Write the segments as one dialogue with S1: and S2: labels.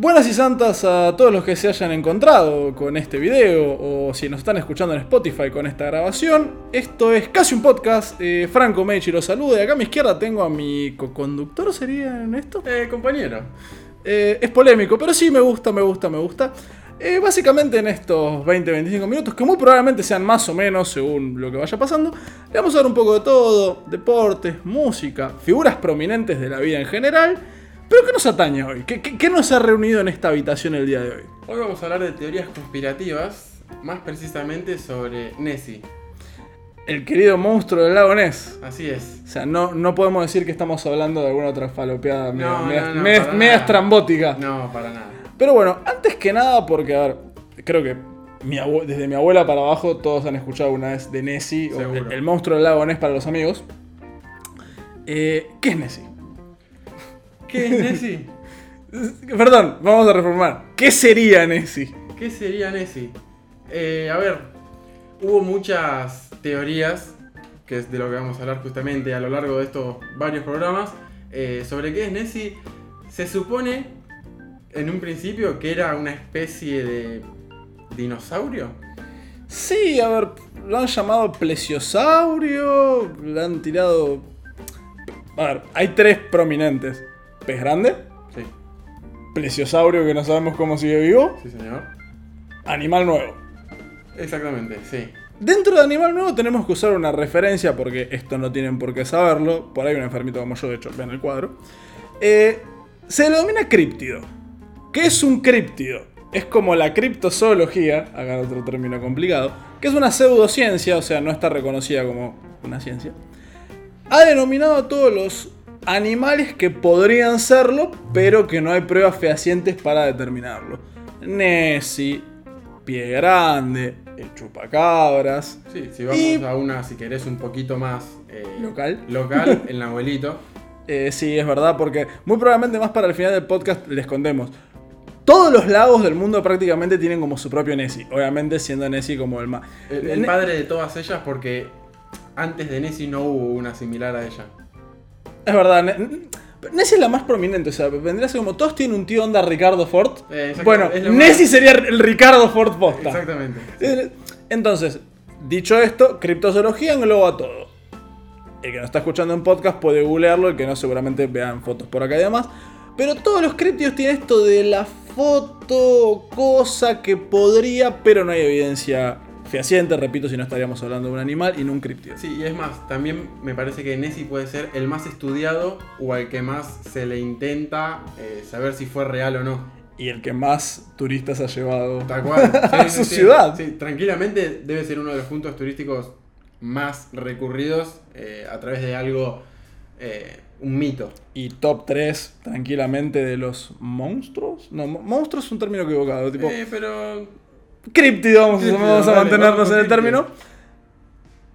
S1: Buenas y santas a todos los que se hayan encontrado con este video o si nos están escuchando en Spotify con esta grabación. Esto es casi un podcast. eh, Franco Meichi los saluda y acá a mi izquierda tengo a mi co-conductor, ¿sería en esto?
S2: Eh, compañero.
S1: Eh, es polémico, pero sí me gusta, me gusta, me gusta. Eh, básicamente en estos 20-25 minutos, que muy probablemente sean más o menos según lo que vaya pasando, le vamos a dar un poco de todo, deportes, música, figuras prominentes de la vida en general. Pero ¿qué nos atañe hoy? ¿Qué, qué- qué nos ha reunido en esta habitación el día de hoy?
S2: Hoy vamos a hablar de teorías conspirativas, más precisamente sobre Nessie.
S1: El querido monstruo del lago Ness.
S2: Así es.
S1: O sea, no, no podemos decir que estamos hablando de alguna otra falopeada media,
S2: No,
S1: media-
S2: no, no,
S1: media-
S2: para
S1: media
S2: nada.
S1: estrambótica.
S2: No, para nada.
S1: Pero bueno, antes que nada, porque a ver, creo que mi abue- desde mi abuela para abajo todos han escuchado una vez de Nessie, o
S2: Seguro.
S1: el, el monstruo del lago Ness para los amigos. Eh, ¿Qué es Nessie?
S2: ¿Qué es Nessie?
S1: Perdón, vamos a reformar. ¿Qué sería Nessie?
S2: ¿Qué sería Nessie? Eh, a ver, hubo muchas teorías, que es de lo que vamos a hablar justamente a lo largo de estos varios programas, eh, sobre qué es Nessie. Se supone en un principio que era una especie de dinosaurio.
S1: Sí, a ver, lo han llamado plesiosaurio, lo han tirado... A ver, hay tres prominentes. Pez grande,
S2: Sí,
S1: plesiosaurio que no sabemos cómo sigue vivo,
S2: sí señor.
S1: animal nuevo.
S2: Exactamente, sí.
S1: Dentro de Animal Nuevo tenemos que usar una referencia, porque esto no tienen por qué saberlo. Por ahí un enfermito como yo, de hecho, ven el cuadro. Eh, se denomina críptido. ¿Qué es un críptido? Es como la criptozoología, acá otro término complicado, que es una pseudociencia, o sea, no está reconocida como una ciencia. Ha denominado a todos los animales que podrían serlo, pero que no hay pruebas fehacientes para determinarlo. Nessie, Pie Grande, el Chupacabras,
S2: Sí, si vamos
S1: Y-
S2: a una, si querés, un poquito más eh,
S1: Local.
S2: local, el abuelito.
S1: Eh, sí, es verdad, porque muy probablemente más para el final del podcast les contemos. Todos los lagos del mundo prácticamente tienen como su propio Nessie. Obviamente siendo Nessie como el más...
S2: El, el padre de todas ellas, porque antes de Nessie no hubo una similar a ella.
S1: Es verdad, Ne- Nessie es la más prominente. O sea, vendría a ser como todos tienen un tío onda Ricardo Ford.
S2: Eh, exacto,
S1: bueno,
S2: es lo
S1: Nessie
S2: más-
S1: sería el Ricardo Ford Posta.
S2: Exactamente.
S1: Eh, Entonces, dicho esto, criptozoología engloba todo. El que no está escuchando en podcast puede googlearlo, el que no seguramente vean fotos por acá y demás. Pero todos los criptidos tienen esto de la foto, cosa que podría, pero no hay evidencia fehaciente. Repito, si no estaríamos hablando de un animal y no un criptido.
S2: Sí, y es más, también me parece que Nessie puede ser el más estudiado o al que más se le intenta eh, saber si fue real o no.
S1: Y el que más turistas ha llevado.
S2: Tal cual. Sí,
S1: A
S2: sí,
S1: su
S2: sí.
S1: ciudad.
S2: Sí, tranquilamente debe ser uno de los puntos turísticos más recurridos eh, a través de algo, eh, un mito.
S1: Y top 3, tranquilamente, de los monstruos. No, mo- monstruos es un término equivocado. Tipo,
S2: Eh, pero
S1: Críptido, vamos, a-
S2: Críptido,
S1: vamos a
S2: dale,
S1: mantenernos
S2: vamos
S1: en
S2: con
S1: el término.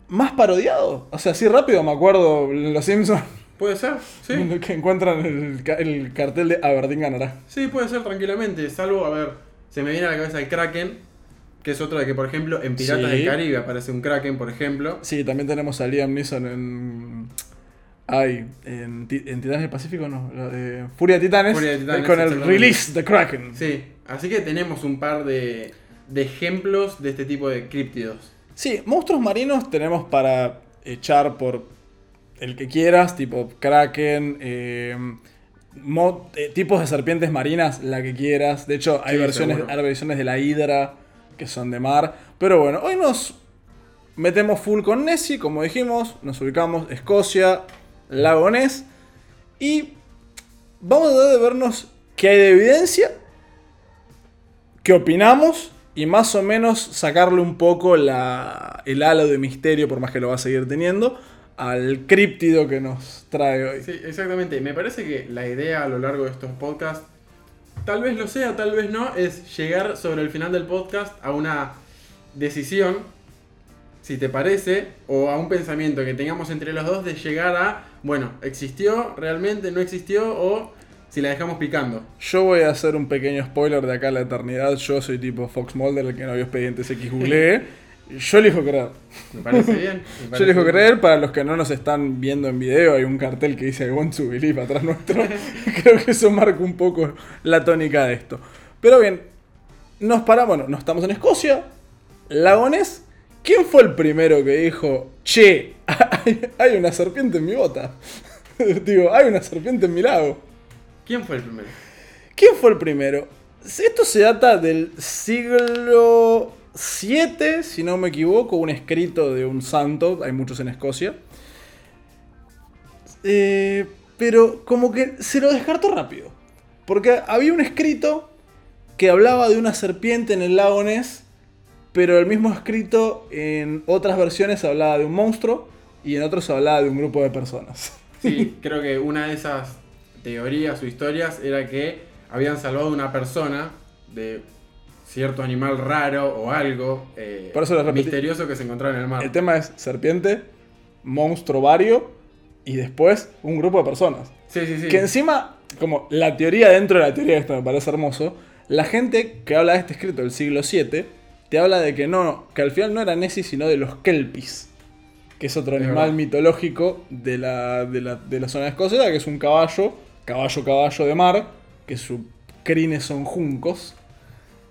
S1: Más parodiado. O sea, así rápido me acuerdo en Los Simpsons
S2: puede ser, sí.
S1: que encuentran el, ca- el cartel de Aberdeen ganará.
S2: Sí, puede ser tranquilamente, salvo, a ver, se me viene a la cabeza el Kraken, que es otra de que, por ejemplo, en Piratas
S1: Sí.
S2: del Caribe aparece un Kraken, por ejemplo.
S1: Sí, también tenemos a Liam Neeson en. Ay, en, Ti- en Titanes del Pacífico, no. la de Furia de Titanes.
S2: Furia de
S1: eh,
S2: Titanes,
S1: con el
S2: exactamente.
S1: release de Kraken.
S2: Sí, así que tenemos un par de, de ejemplos de este tipo de críptidos.
S1: Sí, monstruos marinos tenemos para echar por el que quieras, tipo Kraken, eh, mo- eh, tipos de serpientes marinas, la que quieras. De hecho, hay,
S2: Sí,
S1: versiones,
S2: seguro.
S1: hay versiones de la Hidra que son de mar. Pero bueno, hoy nos metemos full con Nessie, como dijimos, nos ubicamos Escocia, Lago Ness, y vamos a tratar de vernos qué hay de evidencia qué opinamos y más o menos sacarle un poco la, el halo de misterio, por más que lo va a seguir teniendo, al críptido que nos trae hoy.
S2: Sí, exactamente. Me parece que la idea a lo largo de estos podcasts, tal vez lo sea, tal vez no, es llegar sobre el final del podcast a una decisión, si te parece, o a un pensamiento que tengamos entre los dos de llegar a, bueno, ¿existió realmente? ¿No existió? O si la dejamos picando.
S1: Yo voy a hacer un pequeño spoiler de acá a la eternidad. Yo soy tipo Fox Mulder, el que no vio expedientes X googleé. Yo elijo creer.
S2: Me parece bien. me
S1: Yo
S2: parece
S1: elijo
S2: bien.
S1: creer, para los que no nos están viendo en video, hay un cartel que dice I want to believe atrás nuestro. Creo que eso marca un poco la tónica de esto. Pero bien, nos paramos, bueno, no estamos en Escocia, Lagones. ¿Quién fue el primero que dijo, che, hay, hay una serpiente en mi bota? Digo, hay una serpiente en mi lago.
S2: ¿Quién fue el primero?
S1: ¿Quién fue el primero? Esto se data del siglo VII, si no me equivoco, un escrito de un santo, hay muchos en Escocia. Eh, pero como que se lo descartó rápido. Porque había un escrito que hablaba de una serpiente en el lago Ness, pero el mismo escrito en otras versiones hablaba de un monstruo y en otros hablaba de un grupo de personas.
S2: Sí, creo que una de esas teorías o historias era que habían salvado a una persona de cierto animal raro o algo eh,
S1: Por eso lo repetí.
S2: misterioso que se encontraba en el mar.
S1: El tema es serpiente, monstruo vario y después un grupo de personas.
S2: Sí, sí, sí.
S1: Que encima, como la teoría dentro de la teoría, esto me parece hermoso, la gente que habla de este escrito del siglo VII te habla de que no, que al final no era Nessie sino de los kelpis, que es otro
S2: Es
S1: animal
S2: verdad.
S1: mitológico de la, de, la, de la zona de Escocia, que es un caballo, caballo, caballo de mar, que sus crines son juncos,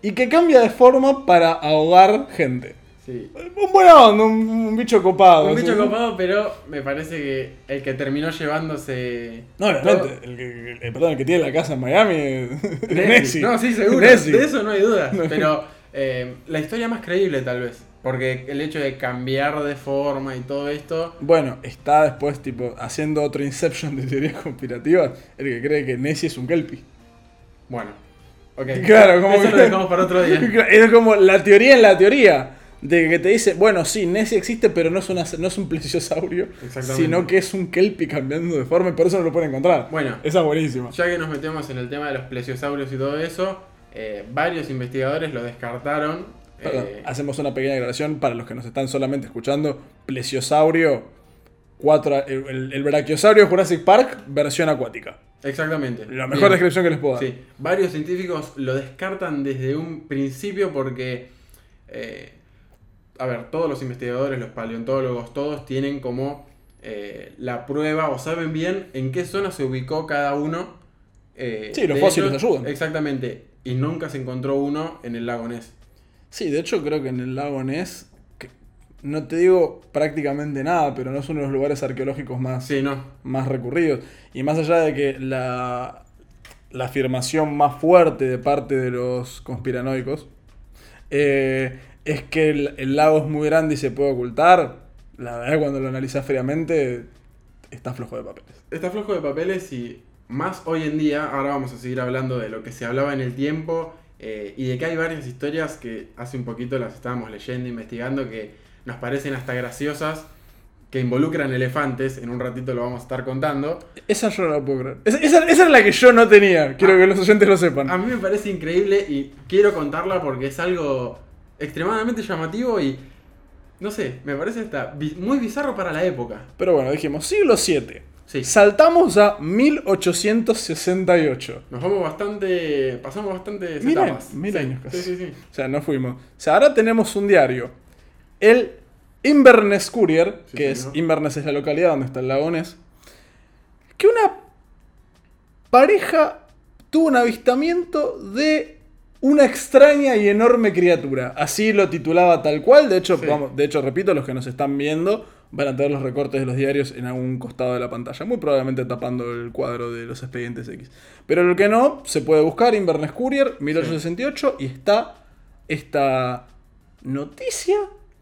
S1: y que cambia de forma para ahogar gente.
S2: Sí.
S1: Un buen onda, un, un bicho copado.
S2: Un bicho
S1: Ah, ¿sí?
S2: copado, pero me parece que el que terminó llevándose.
S1: No,
S2: todo-
S1: obviamente. El, que- el- perdón, el que tiene la casa en Miami es Nessie.
S2: No, sí, seguro.
S1: Nessie.
S2: De eso no hay duda. Pero eh, la historia más creíble, tal vez. Porque el hecho de cambiar de forma y todo esto.
S1: Bueno, está después, tipo, haciendo otro Inception de teorías conspirativas, el que cree que Nessie es un Kelpie.
S2: Bueno. Ok.
S1: Claro, como
S2: Eso
S1: que-
S2: lo dejamos para otro día.
S1: Es como la teoría en la teoría. De que te dice, bueno, sí, Nessie existe, pero no es, una, no es un plesiosaurio,
S2: Exactamente.
S1: sino que es un Kelpie cambiando de forma y por eso no lo pueden encontrar.
S2: Bueno.
S1: Esa es buenísima.
S2: Ya que nos metemos en el tema de los plesiosaurios y todo eso, eh, varios investigadores lo descartaron.
S1: Perdón,
S2: eh,
S1: hacemos una pequeña aclaración para los que nos están solamente escuchando. Plesiosaurio, cuatro, el, el- el brachiosaurio Jurassic Park, versión acuática.
S2: exactamente.
S1: La mejor
S2: Bien.
S1: descripción que les puedo dar.
S2: Sí, varios científicos lo descartan desde un principio porque, eh, a ver, todos los investigadores, los paleontólogos, todos tienen como eh, la prueba o saben bien en qué zona se ubicó cada uno. eh,
S1: Sí, los
S2: de
S1: fósiles ayudan.
S2: Exactamente, y nunca se encontró uno en el lago Ness.
S1: Sí, de hecho creo que en el lago Ness, que- no te digo prácticamente nada, pero no es uno de los lugares arqueológicos más,
S2: Sí, no.
S1: más recurridos. Y más allá de que la, la afirmación más fuerte de parte de los conspiranoicos eh, es que el, el lago es muy grande y se puede ocultar, la verdad cuando lo analizas fríamente está flojo de papeles.
S2: Está flojo de papeles y más hoy en día, ahora vamos a seguir hablando de lo que se hablaba en el tiempo eh, y de que hay varias historias que hace un poquito las estábamos leyendo, investigando, que nos parecen hasta graciosas, que involucran elefantes, en un ratito lo vamos a estar contando.
S1: Esa yo no la puedo creer. Esa, esa- esa es la que yo no tenía, quiero
S2: Ah.
S1: que los oyentes lo sepan.
S2: A mí me parece increíble y quiero contarla porque es algo extremadamente llamativo y, no sé, me parece hasta bi- muy bizarro para la época.
S1: Pero bueno, dijimos siglo VII.
S2: Sí.
S1: Saltamos a 1868.
S2: Nos vamos bastante, pasamos bastantes
S1: Mil
S2: etapas.
S1: años, mil
S2: Sí,
S1: años casi.
S2: Sí, sí, sí.
S1: O sea, no fuimos. O sea, ahora tenemos un diario. El Inverness Courier,
S2: Sí,
S1: que
S2: señor.
S1: es Inverness es la localidad donde está el lago Ness, que una pareja tuvo un avistamiento de una extraña y enorme criatura. Así lo titulaba tal cual. De hecho,
S2: Sí.
S1: vamos- de hecho repito, los que nos están viendo van a tener los recortes de los diarios en algún costado de la pantalla. Muy probablemente tapando el cuadro de los expedientes X. Pero lo que no, se puede buscar Inverness Courier 1868 y está esta noticia.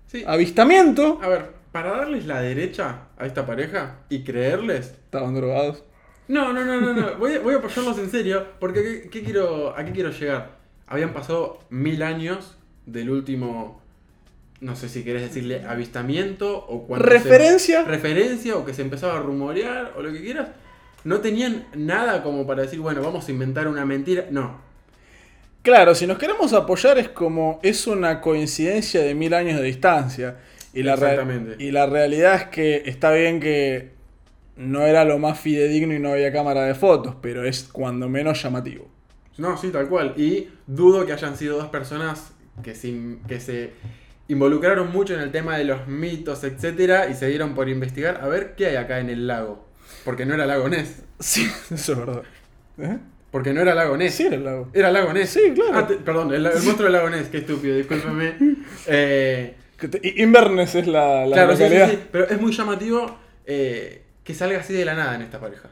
S2: Sí.
S1: Avistamiento.
S2: A ver, para darles la derecha a esta pareja y creerles.
S1: Estaban drogados.
S2: No, no, no, no, no. Voy, voy a apoyarlos en serio porque ¿qué- qué quiero, ¿a qué quiero llegar? Habían pasado mil años del último, no sé si querés decirle avistamiento o cuando se-
S1: Referencia.
S2: referencia o que se empezaba a rumorear o lo que quieras. No tenían nada como para decir, bueno, vamos a inventar una mentira. No.
S1: Claro, si nos queremos apoyar es como es una coincidencia de mil años de distancia. Y la, rea-
S2: Exactamente.
S1: y la realidad es que está bien que no era lo más fidedigno y no había cámara de fotos, pero es cuando menos llamativo.
S2: No, sí, tal cual. Y dudo que hayan sido dos personas que se, que se involucraron mucho en el tema de los mitos, etcétera, y se dieron por investigar a ver qué hay acá en el lago. Porque no era lago Ness.
S1: Sí, eso es verdad. ¿Eh?
S2: Porque no era lago Ness.
S1: Sí, era el lago.
S2: Era lago Ness.
S1: Sí, claro.
S2: Ah, te- perdón, el, el monstruo de lago Ness, qué estúpido, discúlpeme. Eh,
S1: Que te- I- Inverness es la, la
S2: claro, sí, sí,
S1: localidad.
S2: sí, pero es muy llamativo eh, que salga así de la nada en esta pareja.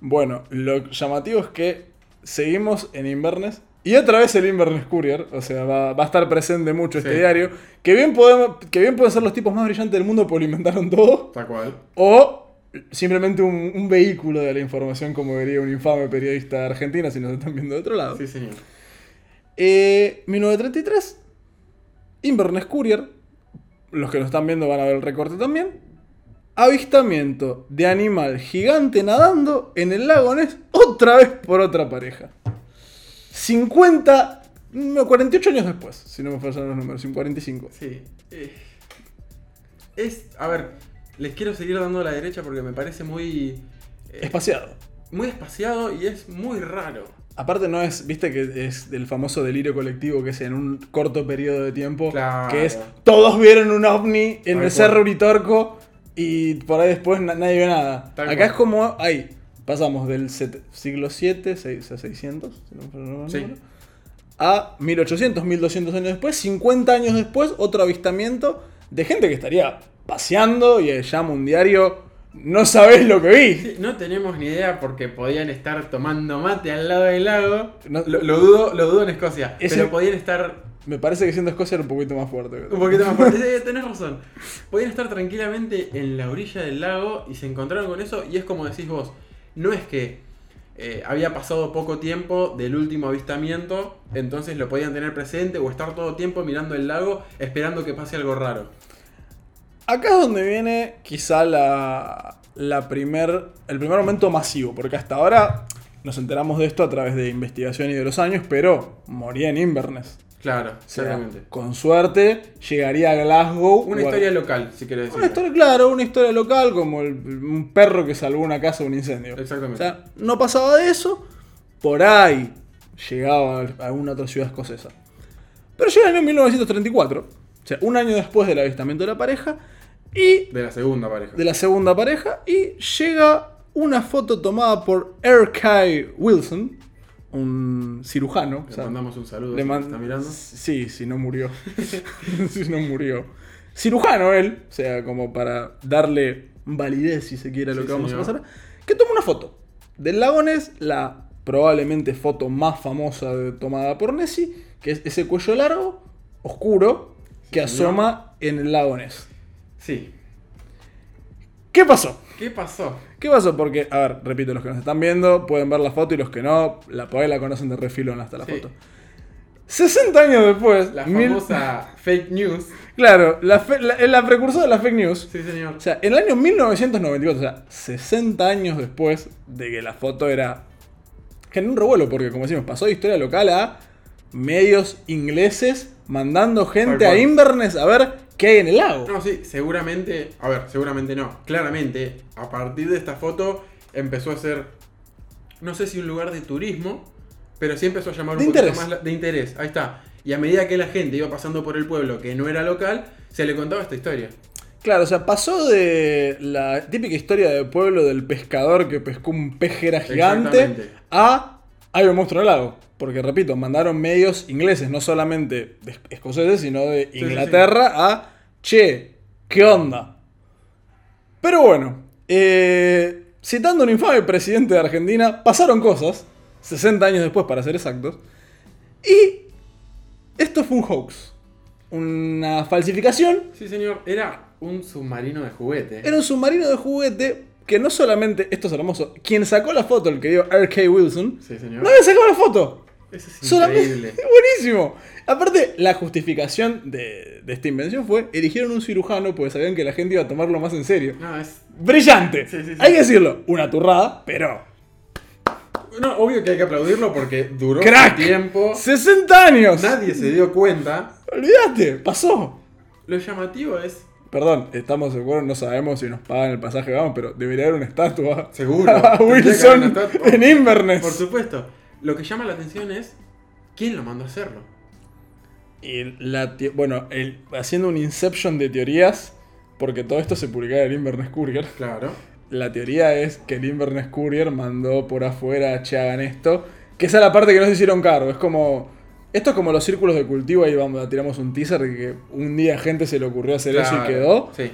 S1: Bueno, lo llamativo es que seguimos en Inverness. Y otra vez el Inverness Courier, o sea, va, va a estar presente mucho este
S2: Sí.
S1: diario. Que bien, podemos, que bien pueden ser los tipos más brillantes del mundo porque lo inventaron todo.
S2: Tal cual.
S1: O simplemente un, un vehículo de la información, como diría un infame periodista argentino si nos están viendo de otro lado.
S2: Sí, señor.
S1: Eh, 1933, Inverness Courier, los que lo están viendo van a ver el recorte también. Avistamiento de animal gigante nadando en el lago Ness, otra vez por otra pareja. 50, no, 48 años después, si no me fallan los números, 45.
S2: Sí. eh, Es. A ver, les quiero seguir dando a la derecha porque me parece muy. eh,
S1: Espaciado.
S2: muy espaciado y es muy raro.
S1: Aparte no es, viste que es del famoso delirio colectivo que es en un corto periodo de tiempo,
S2: Claro.
S1: que es todos vieron un ovni
S2: Tal
S1: en
S2: cual.
S1: el Cerro Uritorco y por ahí después na- nadie ve nada.
S2: Tal
S1: Acá
S2: cual.
S1: es como, ahí, pasamos del set- siglo 7 seis- a 600 si no me acuerdo el
S2: Sí.
S1: número, a 1800, 1200 años después, 50 años después, otro avistamiento de gente que estaría paseando y llama un diario, no sabés lo que vi.
S2: Sí, no tenemos ni idea porque podían estar tomando mate al lado del lago.
S1: No-
S2: lo, lo dudo, lo dudo en Escocia.
S1: Ese-
S2: Pero podían estar.
S1: Me parece que siendo Escocia era un poquito más fuerte.
S2: Un poquito más fuerte. Sí, tenés razón. Podían estar tranquilamente en la orilla del lago y se encontraron con eso. Y es como decís vos, no es que eh, había pasado poco tiempo del último avistamiento, entonces lo podían tener presente o estar todo tiempo mirando el lago esperando que pase algo raro.
S1: Acá es donde viene quizá la, la primer, el primer momento masivo, porque hasta ahora nos enteramos de esto a través de investigación y de los años, pero moría en Inverness.
S2: Claro,
S1: O sea,
S2: seguramente.
S1: con suerte llegaría a Glasgow.
S2: Una
S1: o a-
S2: historia local, si querés decir.
S1: Una historia, claro, una historia local, como el- un perro que salvó una casa de un incendio. O
S2: Exactamente.
S1: sea, no pasaba de eso, por ahí llegaba a alguna otra ciudad escocesa. Pero llega el año 1934, o sea, un año después del avistamiento de la pareja, y
S2: de la segunda pareja.
S1: de la segunda pareja y llega una foto tomada por Erkai Wilson, un cirujano. o
S2: Le
S1: sea,
S2: mandamos un saludo.
S1: le
S2: si
S1: man-
S2: nos está mirando.
S1: Sí, si no murió. si no murió. Cirujano él, o sea, como para darle validez, si se quiere, a lo
S2: Sí,
S1: que vamos
S2: señor.
S1: a pasar. Que toma una foto. Del lago Ness, la probablemente foto más famosa de- tomada por Nessie, que es ese cuello largo, oscuro, que
S2: Sí, señor.
S1: asoma en el lago Ness.
S2: Sí.
S1: ¿Qué pasó?
S2: ¿Qué pasó?
S1: ¿Qué pasó? Porque, a ver, repito, los que nos están viendo pueden ver la foto y los que no, la por ahí la conocen de refilón hasta la
S2: Sí.
S1: foto. 60 años después,
S2: La
S1: mil-
S2: famosa fake news.
S1: claro, la, fe- la- la precursora de las fake news.
S2: Sí, señor.
S1: O sea, en el año 1994, o sea, 60 años después de que la foto era. que en un revuelo, porque como decimos, pasó de historia local a medios ingleses mandando gente a
S2: cual.
S1: Inverness a ver qué hay en el lago.
S2: No, sí, seguramente. A ver, seguramente no. Claramente, a partir de esta foto empezó a ser. No sé si un lugar de turismo, pero sí empezó a llamar un
S1: De
S2: poquito
S1: interés.
S2: más la- de interés. Ahí está. Y a medida que la gente iba pasando por el pueblo que no era local, se le contaba esta historia.
S1: Claro, o sea, pasó de la típica historia de pueblo del pescador que pescó un pejera gigante
S2: Exactamente.
S1: a hay un monstruo en el lago. Porque repito, mandaron medios ingleses, no solamente de esc- escoceses, sino de
S2: sí, sí.
S1: Inglaterra a che, ¿qué onda? Pero bueno, eh, citando un infame presidente de Argentina, pasaron cosas, 60 años después para ser exactos, y esto fue un hoax, una falsificación
S2: Sí, señor. Era un submarino de juguete.
S1: era un submarino de juguete que no solamente, esto es hermoso, quien sacó la foto, el querido R.K. Wilson,
S2: Sí, señor.
S1: no había sacado la foto.
S2: Eso es
S1: Solamente.
S2: increíble.
S1: Buenísimo. Aparte, la justificación de, de esta invención fue, eligieron un cirujano porque sabían que la gente iba a tomarlo más en serio.
S2: No, es.
S1: Brillante.
S2: Sí, sí, sí.
S1: Hay que decirlo, una turrada, pero...
S2: No, obvio que hay que aplaudirlo porque duró
S1: ¡Crack!
S2: un tiempo.
S1: 60 años.
S2: Oh. Nadie se dio cuenta.
S1: Olvídate, pasó.
S2: Lo llamativo es.
S1: Perdón, estamos seguros, no sabemos si nos pagan el pasaje, vamos, pero debería haber una estatua.
S2: Seguro.
S1: A
S2: Tendría que haber una
S1: Ah, Wilson
S2: estatua.
S1: en Inverness.
S2: Por supuesto. Lo que llama la atención es. ¿Quién lo mandó a hacerlo?
S1: Y la teo- bueno, el- haciendo un inception de teorías, porque todo esto se publicaba en el Inverness Courier.
S2: Claro.
S1: La teoría es que el Inverness Courier mandó por afuera, che, hagan esto. Que esa es la parte que no se hicieron cargo. Es como. Esto es como los círculos de cultivo. Ahí vamos, tiramos un teaser de que un día a gente se le ocurrió hacer eso y
S2: Claro,
S1: quedó.
S2: Sí.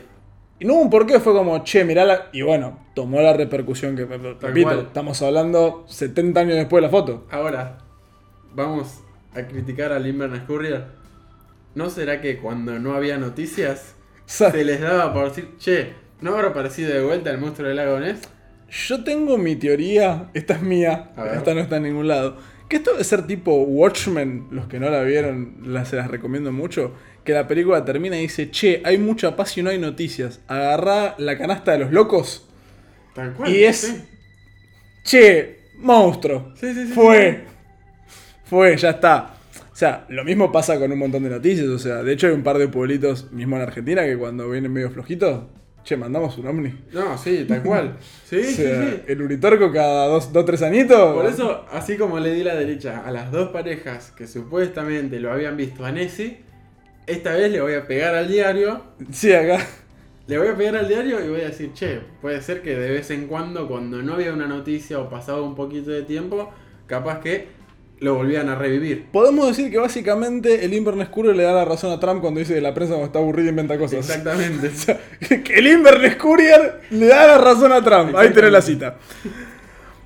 S1: Y no hubo un porqué, fue como, che, mirá la. Y bueno, tomó la repercusión que. Repito,
S2: cual.
S1: estamos hablando 70 años después de la foto.
S2: Ahora, vamos a criticar al Inverness Courier. ¿No será que cuando no había noticias
S1: Sa-
S2: se les daba por decir, che, ¿no habrá aparecido de vuelta el monstruo del lago Ness?
S1: Yo tengo mi teoría, esta es mía,
S2: A ver.
S1: esta no está en ningún lado. Que esto debe ser tipo Watchmen, los que no la vieron, la- se las recomiendo mucho. Que la película termina y dice, che, hay mucha paz y no hay noticias. Agarrá la canasta de los locos.
S2: Tal cual.
S1: Y es-
S2: Sí,
S1: Che, monstruo.
S2: sí, sí. sí, sí.
S1: Fue. Fue, ya está. O sea, lo mismo pasa con un montón de noticias. O sea, de hecho hay un par de pueblitos, mismo en Argentina, que cuando vienen medio flojitos, che, mandamos un ovni.
S2: No, sí, tal cual. Sí,
S1: O
S2: sí,
S1: sea,
S2: sí.
S1: el Uritorco cada dos, dos tres añitos.
S2: Por eso, así como le di la derecha a las dos parejas que supuestamente lo habían visto a Nessie, esta vez le voy a pegar al diario
S1: Sí, acá.
S2: Le voy a pegar al diario y voy a decir, che, puede ser que de vez en cuando, cuando no había una noticia o pasado un poquito de tiempo, capaz que lo volvían a revivir.
S1: Podemos decir que básicamente el Inverness Courier le da la razón a Trump cuando dice que la prensa cuando está aburrida inventa cosas.
S2: Exactamente.
S1: O sea, que el Inverness Courier le da la razón a Trump. Ahí tenés la cita.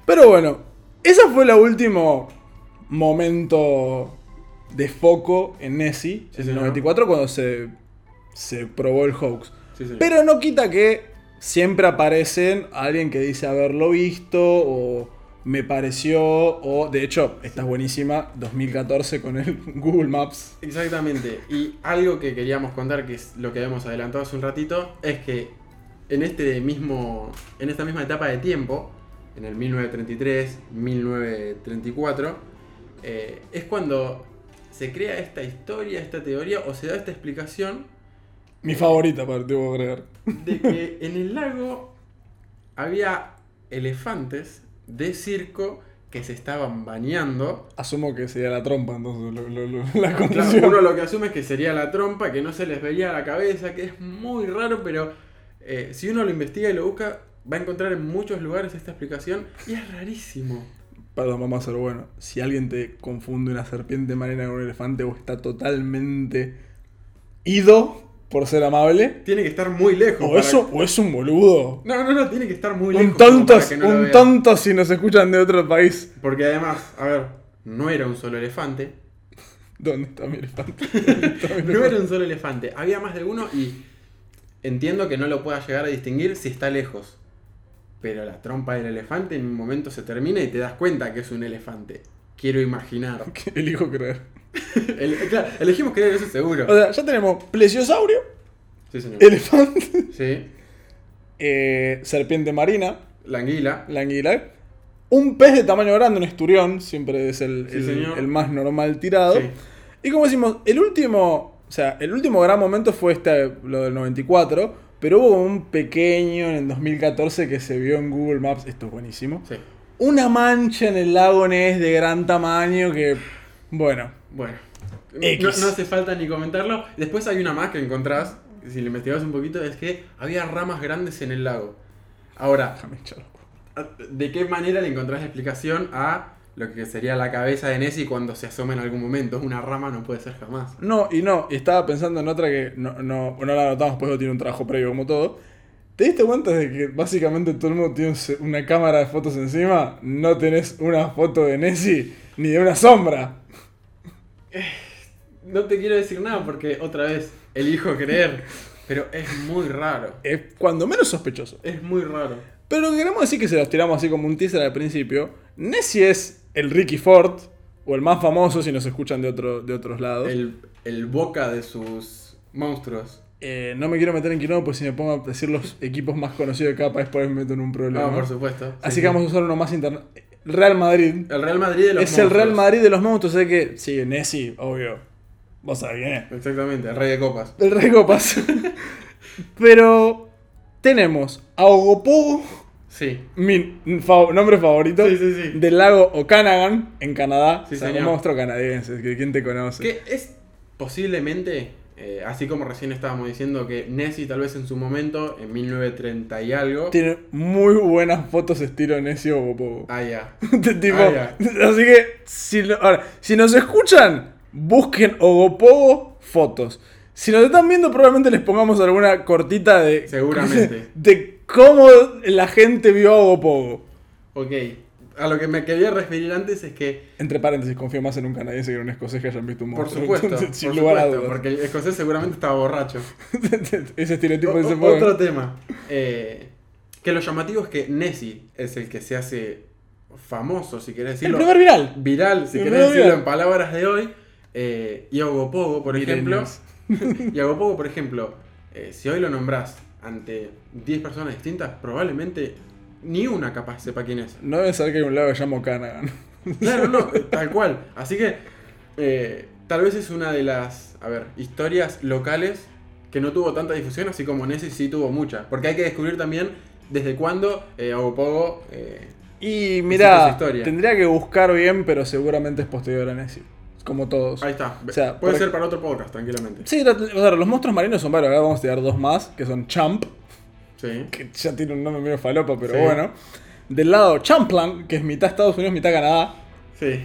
S1: Pero bueno, esa fue la último momento de foco en Nessie,
S2: Sí,
S1: en el
S2: señor.
S1: 94, cuando se, se probó el hoax.
S2: Sí, señor.
S1: Pero no quita que siempre aparecen alguien que dice haberlo visto o me pareció o de hecho, esta es buenísima, 2014 con el Google Maps.
S2: Exactamente. Y algo que queríamos contar, que es lo que habíamos adelantado hace un ratito, es que en este mismo. en esta misma etapa de tiempo, en el 1933, 1934, eh, es cuando se crea esta historia, esta teoría, o se da esta explicación
S1: Mi favorita, para te puedo creer.
S2: de que en el lago había elefantes de circo que se estaban bañando.
S1: Asumo que sería la trompa, entonces lo- lo- lo- la
S2: Claro,
S1: conclusión.
S2: uno lo que asume es que sería la trompa, que no se les veía la cabeza, que es muy raro, pero eh, si uno lo investiga y lo busca, va a encontrar en muchos lugares esta explicación y es rarísimo.
S1: Perdón, vamos a ser bueno. Si alguien te confunde una serpiente marina con un elefante o está totalmente ido por ser amable,
S2: Tiene que estar muy lejos.
S1: o
S2: para-
S1: Oh, eso o es un boludo.
S2: No, no, no, tiene que estar muy lejos.
S1: Un
S2: como
S1: tonto,
S2: para que no lo
S1: un
S2: vean.
S1: tonto si nos escuchan de otro país.
S2: Porque además, a ver, no era un solo elefante,
S1: ¿Dónde está mi elefante?
S2: No era un solo elefante, había más de uno y entiendo que no lo puedas llegar a distinguir si está lejos. Pero la trompa del elefante en un momento se termina y te das cuenta que es un elefante. Quiero imaginar.
S1: Elijo creer.
S2: El- claro, elegimos creer eso seguro.
S1: O sea, ya tenemos plesiosaurio,
S2: Sí, señor.
S1: elefante,
S2: Sí,
S1: eh, serpiente marina,
S2: la anguila.
S1: la anguila, un pez de tamaño grande, un esturión, siempre es el,
S2: Sí,
S1: el-
S2: señor.
S1: el más normal tirado.
S2: Sí.
S1: Y como decimos, el último, o sea, el último gran momento fue este, lo del 94, pero hubo un pequeño en el 2014 que se vio en Google Maps, esto es buenísimo,
S2: Sí.
S1: una mancha en el lago Ness de gran tamaño que, bueno,
S2: Bueno.
S1: X.
S2: No, no hace falta ni comentarlo. Después hay una más que encontrás, si lo investigás un poquito, es que había ramas grandes en el lago. Ahora,
S1: déjame echarlo.
S2: ¿De qué manera le encontrás la explicación a lo que sería la cabeza de Nessie cuando se asoma en algún momento? Una rama no puede ser jamás.
S1: No, y no, y estaba pensando en otra que no, no, no la anotamos, pues no tiene un trabajo previo como todo. ¿Te diste cuenta de que básicamente todo el mundo tiene un ce- una cámara de fotos encima? No tenés una foto de Nessie ni de una sombra.
S2: No te quiero decir nada porque otra vez elijo creer, pero es muy raro.
S1: Es cuando menos sospechoso.
S2: Es muy raro.
S1: Pero lo que queremos decir que se los tiramos así como un teaser al principio. Nessie es el Ricky Ford, o el más famoso si nos escuchan de, otro, de otros lados.
S2: El, el boca de sus monstruos.
S1: Eh, no me quiero meter en quilombo, porque si me pongo a decir los equipos más conocidos de cada país, por ahí me meto en un problema.
S2: Ah, por supuesto.
S1: Así
S2: Sí,
S1: que vamos a usar uno más interno. Real Madrid.
S2: sí. El Real Madrid de los
S1: es el Real
S2: monstruos.
S1: Madrid de los monstruos, sé que. Sí, Nessie, obvio. Vos sabés quién es.
S2: Exactamente, el Rey de Copas.
S1: El rey Copas. Pero tenemos a Ogopogo,
S2: Sí.
S1: mi fa- nombre favorito,
S2: Sí, sí, sí.
S1: del lago Okanagan, en Canadá.
S2: Sí,
S1: o sea, un
S2: señor.
S1: monstruo canadiense, que quién te conoce.
S2: Que es posiblemente, eh, así como recién estábamos diciendo que Nessie tal vez en su momento, en 1930 y algo...
S1: Tiene muy buenas fotos estilo necio Bobo.
S2: Ah, ya.
S1: De tipo,
S2: Ah,
S1: así que si, lo- ahora, si nos escuchan, busquen Ogopogo fotos. Si nos están viendo, probablemente les pongamos alguna cortita de.
S2: Seguramente.
S1: De cómo la gente vio a Ogopogo.
S2: Ok. A lo que me quería referir antes es que
S1: Entre paréntesis, confío más en un canadiense que en un escocés que hayan visto un
S2: Por
S1: monstruo.
S2: supuesto, por
S1: Sin lugar
S2: supuesto,
S1: a dudas.
S2: porque el escocés seguramente estaba borracho.
S1: Ese estereotipo
S2: O-
S1: que se
S2: o-
S1: pone.
S2: otro tema. eh, que lo llamativo es que Nessie es el que se hace famoso, si querés
S1: El
S2: decirlo.
S1: primer viral.
S2: Viral, si
S1: el
S2: querés
S1: primer
S2: decirlo
S1: viral.
S2: en palabras de hoy. Eh, y Ogopogo, por ejemplo.
S1: Millennials.
S2: Y Ogopogo, por ejemplo, eh, si hoy lo nombrás ante 10 personas distintas, probablemente ni una capaz sepa quién es.
S1: No deben saber que hay un lado que llamo Canagan.
S2: Claro, no, eh, tal cual. Así que eh, tal vez es una de las, a ver, historias locales que no tuvo tanta difusión, así como Nessie sí tuvo mucha. Porque hay que descubrir también desde cuándo eh, Ogopogo... eh,
S1: Y
S2: Hiciste
S1: mira,
S2: esa historia.
S1: tendría que buscar bien, pero seguramente es posterior a Nessie. Como todos.
S2: ahí está.
S1: O sea,
S2: Puede
S1: por-
S2: ser para otro podcast, tranquilamente.
S1: Sí, la- o sea, los monstruos marinos son varios. Ahora vamos a tirar dos más, que son Champ,
S2: Sí.
S1: que ya tiene un nombre medio falopa, pero
S2: Sí.
S1: bueno. Del lado Champlan, que es mitad Estados Unidos, mitad Canadá.
S2: Sí.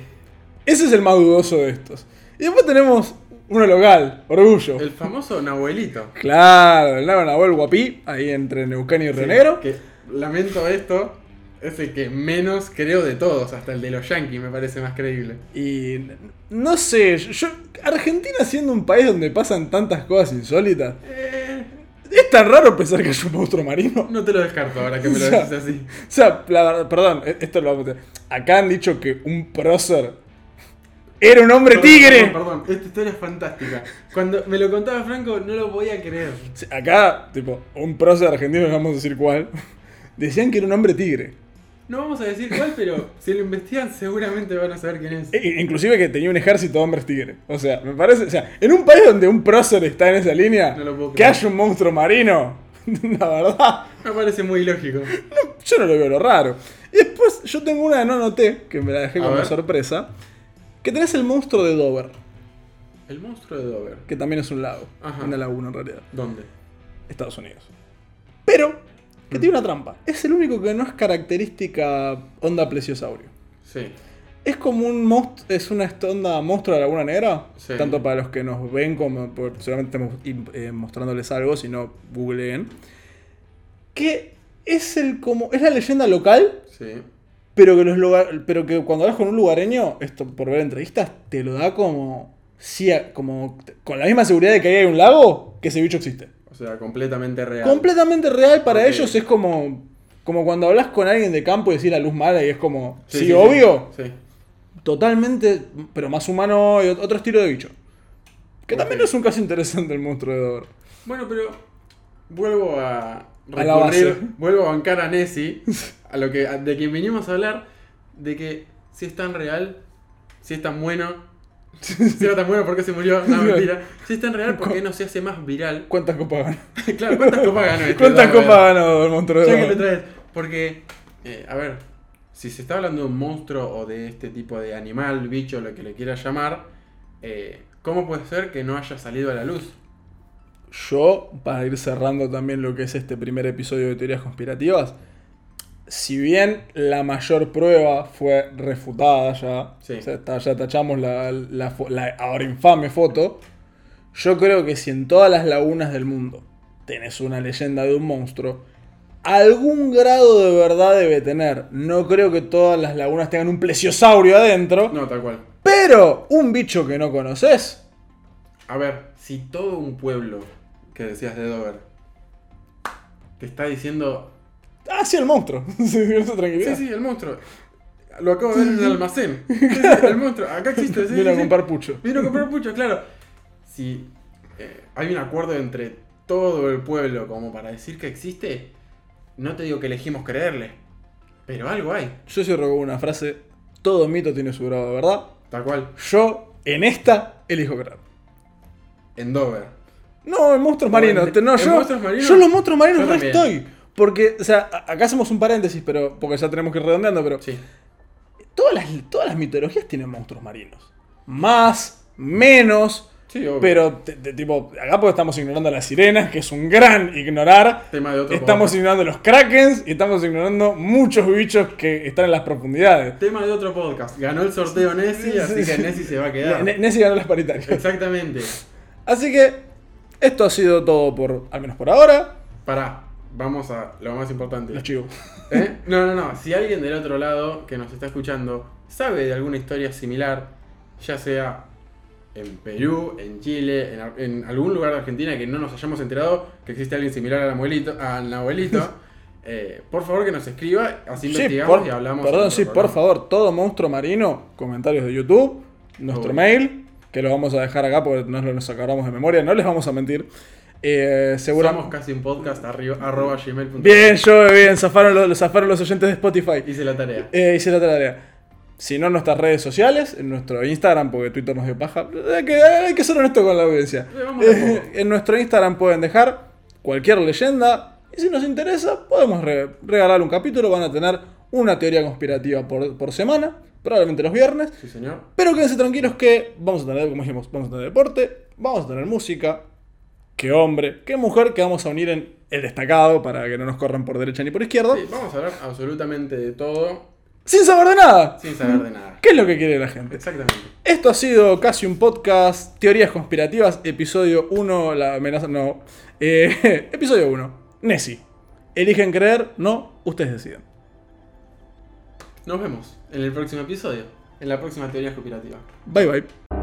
S1: Ese es el más dudoso de estos. Y después tenemos uno local, Orgullo.
S2: El famoso Nahuelito.
S1: Claro, el lago Nahuel Guapí, ahí entre Neuquén y Río
S2: Sí,
S1: Negro.
S2: Que lamento esto. Es el que menos creo de todos, hasta el de los Yankees me parece más creíble.
S1: Y n- no sé, yo, Argentina siendo un país donde pasan tantas cosas insólitas,
S2: Eh,
S1: es tan raro pensar que hay un monstruo marino.
S2: no te lo descarto ahora que me lo
S1: O sea,
S2: dices así.
S1: O sea, la verdad, perdón, e- esto lo vamos a tener. Acá han dicho que un prócer era un hombre
S2: Perdón,
S1: tigre.
S2: Perdón, perdón, esta historia es fantástica. Cuando me lo contaba Franco, no lo podía creer.
S1: Sí, Acá, tipo, un prócer argentino, no vamos a decir cuál, decían que era un hombre tigre.
S2: No vamos a decir cuál, pero si lo investigan, seguramente van a saber quién es.
S1: E- inclusive que tenía un ejército de hombres tigre. O sea, me parece, o sea, en un país donde un prócer está en esa línea,
S2: No lo puedo
S1: que
S2: creer.
S1: haya un monstruo marino, la verdad,
S2: Me parece muy ilógico.
S1: yo no lo veo lo raro. Y después yo tengo una que no noté, que me la dejé
S2: A
S1: como
S2: ver.
S1: sorpresa, que tenés el monstruo de Dover,
S2: El monstruo de Dover.
S1: que también es un lago,
S2: Ajá.
S1: una laguna en realidad.
S2: ¿Dónde?
S1: Estados Unidos. Pero, que tiene una trampa. Es el único que no es característica onda plesiosaurio.
S2: Sí.
S1: Es como un monstruo, es una est- onda monstruo de la Laguna Negra.
S2: Sí.
S1: Tanto para los que nos ven como porque seguramente estamos im- eh, mostrándoles algo, si no googleen. Que es el como es la leyenda local,
S2: Sí.
S1: pero que los lugar- pero que cuando hablas con un lugareño, esto por ver entrevistas te lo da como sí, a- como con la misma seguridad de que ahí hay un lago, que ese bicho existe.
S2: O sea, completamente real.
S1: Completamente real para
S2: Ok.
S1: ellos es como como cuando hablas con alguien de campo y decís la luz mala y es como sí,
S2: Sí, sí, sí.
S1: obvio,
S2: Sí.
S1: totalmente pero más humano y ot- otro estilo de bicho. Que también
S2: Ok.
S1: es un caso interesante el monstruo de Dor.
S2: Bueno, pero vuelvo a
S1: A la base.
S2: recurrir- vuelvo a bancar a Nessie, a lo que a- de quien vinimos a hablar, de que si es tan real, si es tan bueno, si era tan bueno porque se murió, no mentira, si es tan real porque no se hace más viral.
S1: ¿Cuántas copas ganó?
S2: claro, ¿cuántas copas ganó este?
S1: ¿Cuántas
S2: Dame,
S1: copas ganó el monstruo
S2: Ya
S1: de
S2: que lo
S1: Dor?
S2: traes, porque, eh, a ver, si se está hablando de un monstruo o de este tipo de animal, bicho, lo que le quieras llamar, eh, ¿cómo puede ser que no haya salido a la luz?
S1: Yo, para ir cerrando también lo que es este primer episodio de teorías conspirativas, si bien la mayor prueba fue refutada ya,
S2: Sí.
S1: o sea, ta- ya tachamos la, la fo- la ahora infame foto, yo creo que si en todas las lagunas del mundo tenés una leyenda de un monstruo, algún grado de verdad debe tener. No creo que todas las lagunas tengan un plesiosaurio adentro,
S2: No, tal cual.
S1: pero un bicho que no conoces.
S2: A ver, si todo un pueblo que decías de Dover te está diciendo.
S1: Ah, sí, el monstruo. Sí, sí, eso,
S2: Sí,
S1: tranquilidad.
S2: sí, el monstruo. Lo acabo de ver en el almacén. Sí, sí, el monstruo. Acá existe. Sí,
S1: Vino
S2: sí,
S1: a
S2: sí.
S1: comprar pucho.
S2: Vino a comprar pucho, claro. Si eh, hay un acuerdo entre todo el pueblo como para decir que existe, no te digo que elegimos creerle, pero algo hay,
S1: Yo cierro con una frase: todo mito tiene su grado de verdad.
S2: tal cual.
S1: Yo, en esta, elijo creer.
S2: En Dover.
S1: No, en monstruos
S2: No,
S1: marinos.
S2: en-
S1: te- no,
S2: en
S1: yo,
S2: monstruos marinos,
S1: yo los monstruos marinos
S2: yo
S1: re
S2: también.
S1: estoy. Porque, o sea, a- acá hacemos un paréntesis, pero porque ya tenemos que ir redondeando, pero
S2: Sí.
S1: todas, las, todas las mitologías tienen monstruos marinos. Más, menos,
S2: Sí, obvio.
S1: Pero, te- te- tipo, acá porque estamos ignorando a las sirenas, que es un gran ignorar.
S2: Tema de otro
S1: Estamos
S2: podcast.
S1: ignorando los krakens y estamos ignorando muchos bichos que están en las profundidades.
S2: Tema de otro podcast. Ganó el sorteo Nessie, así que Nessie se va a quedar.
S1: Ne- Nessie ganó las paritarias.
S2: Exactamente.
S1: Así que, esto ha sido todo por, al menos por ahora,
S2: Pará, vamos a lo más importante.
S1: los chivos.
S2: ¿Eh? No, no, no. Si alguien del otro lado que nos está escuchando sabe de alguna historia similar, ya sea en Perú, en Chile, en, ar- en algún lugar de Argentina que no nos hayamos enterado que existe alguien similar al abuelito, al abuelito eh, por favor que nos escriba, así
S1: Sí,
S2: investigamos
S1: por-
S2: y hablamos. en
S1: Perdón,
S2: otro
S1: sí, por
S2: programa.
S1: favor, todo monstruo marino, comentarios de YouTube, nuestro
S2: Obvio.
S1: mail, que lo vamos a dejar acá porque no lo nos acabamos de memoria, no les vamos a mentir. Eh,
S2: Somos
S1: seguramente.
S2: casi un podcast arriba, arroba gmail.com.
S1: Bien, yo, bien, zafaron los, los zafaron los oyentes de Spotify.
S2: Hice la tarea.
S1: Eh, hice la tarea. Si no, en nuestras redes sociales, en nuestro Instagram, porque Twitter nos dio paja. Hay que, hay que ser honesto con la audiencia.
S2: Eh, vamos de
S1: Eh,
S2: poco.
S1: en nuestro Instagram pueden dejar cualquier leyenda. Y si nos interesa, podemos re- regalar un capítulo. Van a tener una teoría conspirativa por, por semana, probablemente los viernes.
S2: Sí, señor.
S1: Pero quédense tranquilos que vamos a tener, como dijimos, vamos a tener deporte, vamos a tener música. Qué hombre, qué mujer que vamos a unir en el destacado para que no nos corran por derecha ni por izquierda.
S2: Sí, vamos a hablar absolutamente de todo
S1: Sin saber de nada.
S2: sin saber de nada.
S1: ¿Qué es lo que quiere la gente?
S2: Exactamente.
S1: Esto ha sido casi un podcast, teorías conspirativas, episodio 1, la amenaza, no. Eh, episodio 1, Nessie. Eligen creer, no, ustedes deciden.
S2: Nos vemos en el próximo episodio, en la próxima teoría conspirativa.
S1: Bye bye.